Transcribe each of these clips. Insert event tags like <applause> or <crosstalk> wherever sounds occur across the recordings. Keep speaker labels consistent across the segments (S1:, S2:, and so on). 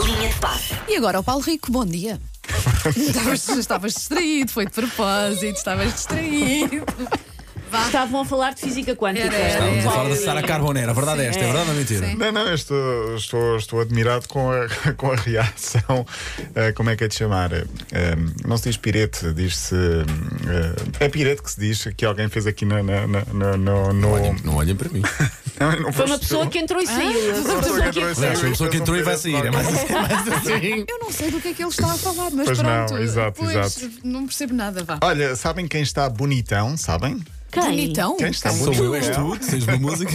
S1: Repare.
S2: E agora o Paulo Rico, bom
S3: <laughs>
S2: dia. estavas, estavas distraído, foi de propósito, estavas distraído.
S1: Estavam a falar de física quântica.
S2: Era, era,
S4: Vamos falar da Sara Carbonera. A verdade é esta, é verdade ou mentira?
S2: É. Sim.
S3: Não, não, eu estou, estou, estou admirado com a, <laughs> com a reação. eh, como é que é de chamar? Eh, não se diz pirete, diz-se. eh, é pirete que se diz que alguém fez aqui na, na, na, na- no. no-
S4: Olhem- não olhem para mim.
S3: Não, não
S1: Foi
S3: foste
S1: uma
S3: tu.
S1: pessoa
S3: <laughs>
S1: que entrou e saiu.
S3: Uma pessoa que entrou e saiu.
S4: Aliás, foi a pessoa que entrou e vai sair. É mais assim. mais assim.
S2: Eu não sei do que é que ele está a falar, mas
S3: Pois não,
S2: pronto.
S3: exato,
S2: pois,
S3: exato.
S2: Não percebo nada, vá.
S3: Olha, sabem quem está bonitão? Sabem?
S1: Quem?
S2: Bonitão?
S3: Quem está
S4: Sou
S3: bonito?
S4: eu, és tu, que tens uma música.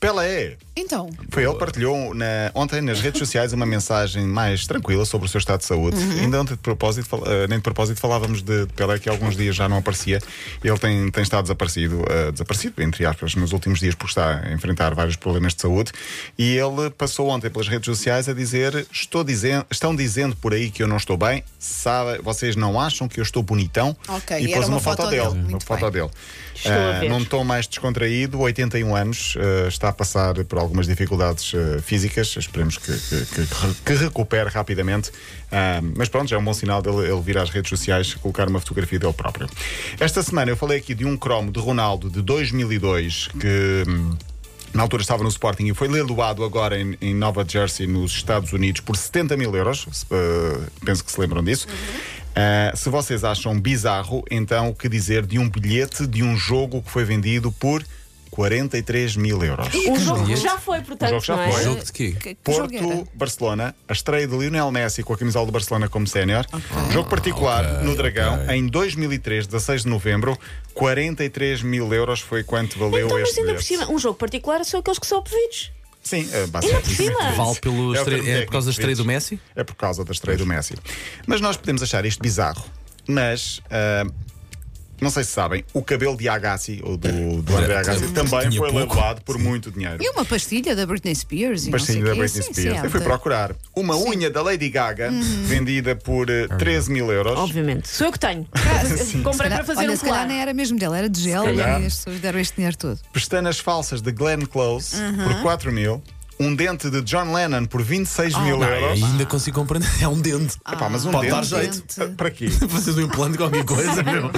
S3: Pelé.
S2: Então,
S3: Foi ele que partilhou na- ontem nas redes sociais uma mensagem mais tranquila sobre o seu estado de saúde. Ainda ontem, de propósito, fal- eh, nem de propósito, falávamos de de Pelé, que há alguns dias já não aparecia. Ele tem, tem estado desaparecido, eh, desaparecido, entre aspas, nos últimos dias, porque está a enfrentar vários problemas de saúde. E ele passou ontem pelas redes sociais a dizer: estou dizendo, Estão dizendo por aí que eu não estou bem, sabe, vocês não acham que eu estou bonitão?
S2: Ok,
S3: e
S2: e
S3: pôs
S2: era
S3: uma,
S2: uma
S3: foto,
S2: foto
S3: dele.
S2: dele,
S3: Uma
S2: muito
S3: foto
S2: bem.
S3: dele.
S1: Estou a
S3: Eh,
S1: ver.
S3: num tom mais descontraído, 81 anos, eh, está a passar por algumas dificuldades eh, físicas, esperemos que, que, que- que re- que recupere rapidamente. Ah, mas pronto, já é um bom sinal dele ele vir às redes sociais colocar uma fotografia dele próprio. Esta semana eu falei aqui de um cromo de Ronaldo de 2002 que. hum, na altura estava no Sporting e foi leiloado agora em, em Nova Jersey, nos Estados Unidos, por 70 mil euros. se, eh, penso que se lembram disso. Uh, se vocês acham bizarro, então o que dizer de um bilhete de um jogo que foi vendido por 43 mil euros?
S1: O jogo já foi, portanto.
S3: O jogo já
S1: não é?
S3: foi.
S4: Jogo de quê?
S2: que, que jogo era?
S3: Porto-Barcelona, a estreia de Lionel Messi com a camisola do Barcelona como sénior. Jogo particular no Dragão, em 2003, 16 de novembro. 43 mil euros foi quanto valeu
S1: Então, mas
S3: este
S1: ainda por
S3: bilhete.
S1: cima, um jogo particular são aqueles que são pedidos.
S3: Sim, eh,
S1: Ainda por cima.
S3: basicamente.
S4: Vale pelo
S3: É o
S4: estre-
S3: termo
S4: é por
S3: técnico,
S4: causa da estreia do
S3: vezes.
S4: Messi?
S3: É por causa da estreia do Messi. Mas nós podemos achar isto bizarro. Mas, ah, não sei se sabem, o cabelo de Agassi, ou do, do André
S4: É. Era-
S3: Agassi,
S4: tinha
S3: também foi
S4: pouco.
S3: lavado por muito dinheiro.
S2: E uma pastilha da Britney Spears e
S3: Pastilha
S2: não sei o quê.
S3: da Britney
S2: Sim, é
S3: Spears.
S2: sim,
S3: Eu fui
S2: alta.
S3: procurar uma unha da Lady Gaga,
S2: Uhum.
S3: vendida por eh, 13 mil euros.
S1: Obviamente. Sou <laughs> eu que tenho.
S2: Se
S1: Comprei
S2: calhar-
S1: para fazer
S2: Olha,
S1: um
S2: se calhar
S1: colar.
S2: nem é. era mesmo dela, era de gel e
S3: calhar.
S2: as pessoas deram este dinheiro todo.
S3: Pestanas falsas de Glenn Close
S2: Uhum.
S3: por 4 mil. Um dente de John Lennon por 26
S2: Oh,
S3: mil euros.
S4: Ainda consigo compreender. É um dente.
S2: Ah.
S3: Epá, mas um
S4: Pode dar
S3: dente.
S4: jeito. <laughs>
S2: Dente.
S3: Para quê?
S4: Fazes um implante qualquer coisa, meu.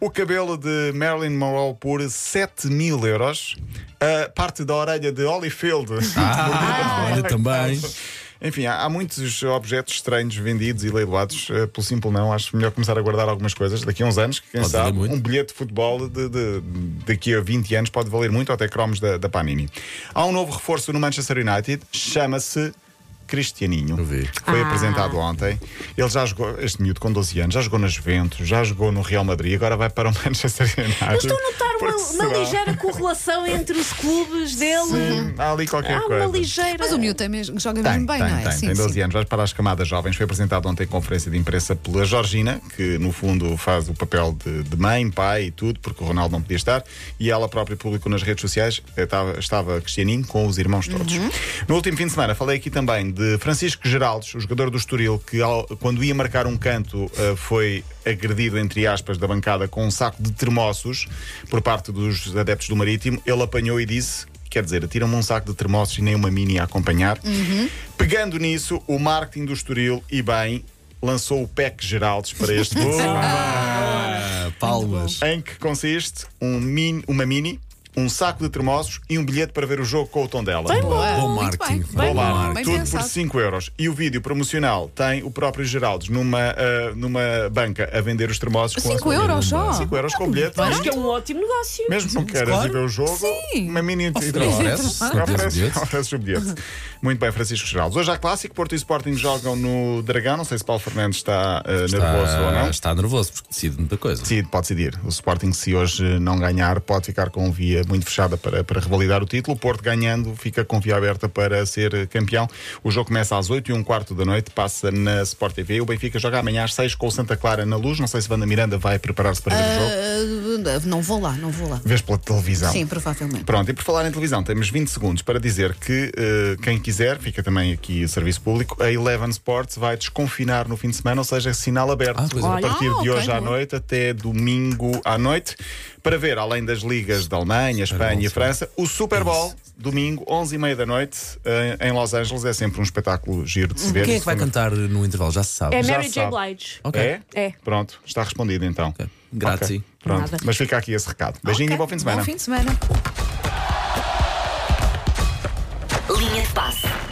S3: O cabelo de Marilyn Monroe por 7 mil euros. A parte da orelha de Holyfield. <laughs>
S4: Ah, olha também.
S3: Enfim, há, há muitos objetos estranhos vendidos e leiloados. eh, pelo simples não, acho melhor começar a guardar algumas coisas. Daqui a uns anos, quem
S4: Pode valer
S3: sabe,
S4: muito.
S3: um bilhete de futebol de, de- daqui a 20 anos pode valer muito, ou até cromos da, da Panini. Há um novo reforço no Manchester United, chama-se. Cristianinho.
S4: vi.
S3: Foi
S1: Ah.
S3: apresentado ontem. Ele já jogou, este miúdo com 12 anos, já jogou na Juventus, já jogou no Real Madrid, agora vai para o <laughs> Manchester United.
S1: Eu estou a notar uma,
S3: Porque
S1: uma
S3: será?
S1: ligeira correlação entre os clubes dele.
S3: Sim, Há ali qualquer
S1: Há uma
S3: coisa.
S1: ligeira.
S2: Mas o miúdo tem mesmo, joga
S3: Tem,
S2: mesmo bem,
S3: tem,
S2: não é?
S3: tem,
S2: sim,
S3: tem 12
S2: sim.
S3: anos. Vais para as camadas jovens. Foi apresentado ontem em conferência de imprensa pela Georgina, que no fundo faz o papel de, de mãe, pai e tudo, porque o Ronaldo não podia estar. E ela própria publicou nas redes sociais, eh, estava, estava Cristianinho com os irmãos todos.
S2: Uhum.
S3: No último fim de semana falei aqui também de Francisco Geraldes, o jogador do Estoril, que ao- quando ia marcar um canto eh, foi agredido, entre aspas, da bancada com um saco de termossos por parte dos adeptos do Marítimo. Ele apanhou e disse Quer dizer, atiram-me um saco de termossos e nem uma mini a acompanhar.
S2: Uhum.
S3: Pegando nisso, o marketing do Estoril e bem lançou o PEC Geraldes
S2: <laughs>
S3: para este fim de semana,
S4: Ah, palmas.
S3: em que consiste um mini- uma mini, um saco de termossos e um bilhete para ver o jogo com o tom dela.
S2: Boa,
S4: Bom
S2: muito
S4: marketing.
S2: bem.
S4: Bom
S2: Bem
S3: Olá,
S4: marketing.
S2: bem
S3: tudo
S2: pensado.
S3: por 5 euros. E o vídeo promocional tem o próprio Geraldes numa, ah, numa banca a vender os termossos com
S2: 5 euros só?
S3: 5 euros com o bilhete.
S1: Acho que é um ótimo negócio.
S3: Mesmo que não queiras
S4: claro.
S3: ir ver o jogo,
S2: Sim.
S3: uma mini
S4: Oferece,
S3: Oferece,
S4: oferece o bilhete.
S3: oferece o bilhete. Muito bem, Francisco Geraldo. Hoje há clássico, Porto e Sporting jogam no Dragão. Não sei se Paulo Fernandes está eh, nervoso ou não.
S4: Está, está nervoso porque decide muita coisa.
S3: Decide, pode decidir. O Sporting, se hoje não ganhar, pode ficar com um via muito fechada para, para revalidar o título. O Porto ganhando, fica com via aberta para ser eh, campeão. O jogo começa às 8 e um quarto da noite, passa na Sport TV. O Benfica joga amanhã às 6 com o Santa Clara na luz. Não sei se Vanda Miranda vai preparar-se para ver o jogo.
S2: Ah, não vou lá, não vou lá.
S3: Vês pela televisão.
S2: Sim, provavelmente.
S3: Pronto, e por falar em televisão, temos 20 segundos para dizer que eh, quem quiser, fica também aqui o serviço público, a Eleven Sports vai desconfinar no fim de semana, ou seja, sinal aberto
S4: Ah, pois é.
S3: a partir
S2: Ah,
S3: de
S2: ok,
S3: hoje à
S2: boa.
S3: noite até domingo à noite, para ver, além das ligas da Alemanha, Alemanha,
S4: Super
S3: Espanha e
S4: Bowl,
S3: França. O Super Bowl, domingo, 11h30 da noite, em- em Los Angeles. É sempre um espetáculo giro de se ver.
S4: Quem é que vai cantar no intervalo? Já se sabe.
S1: É
S3: Já
S1: Mary J.
S3: sabe.
S1: Blige.
S4: Ok.
S3: É?
S1: É.
S3: Pronto, está respondido então.
S4: Ok. Grazie.
S3: Ok, Pronto,
S1: Nada.
S3: mas fica aqui esse recado. Beijinho e bom fim de semana.
S2: Bom fim de semana.
S5: Linha de passe.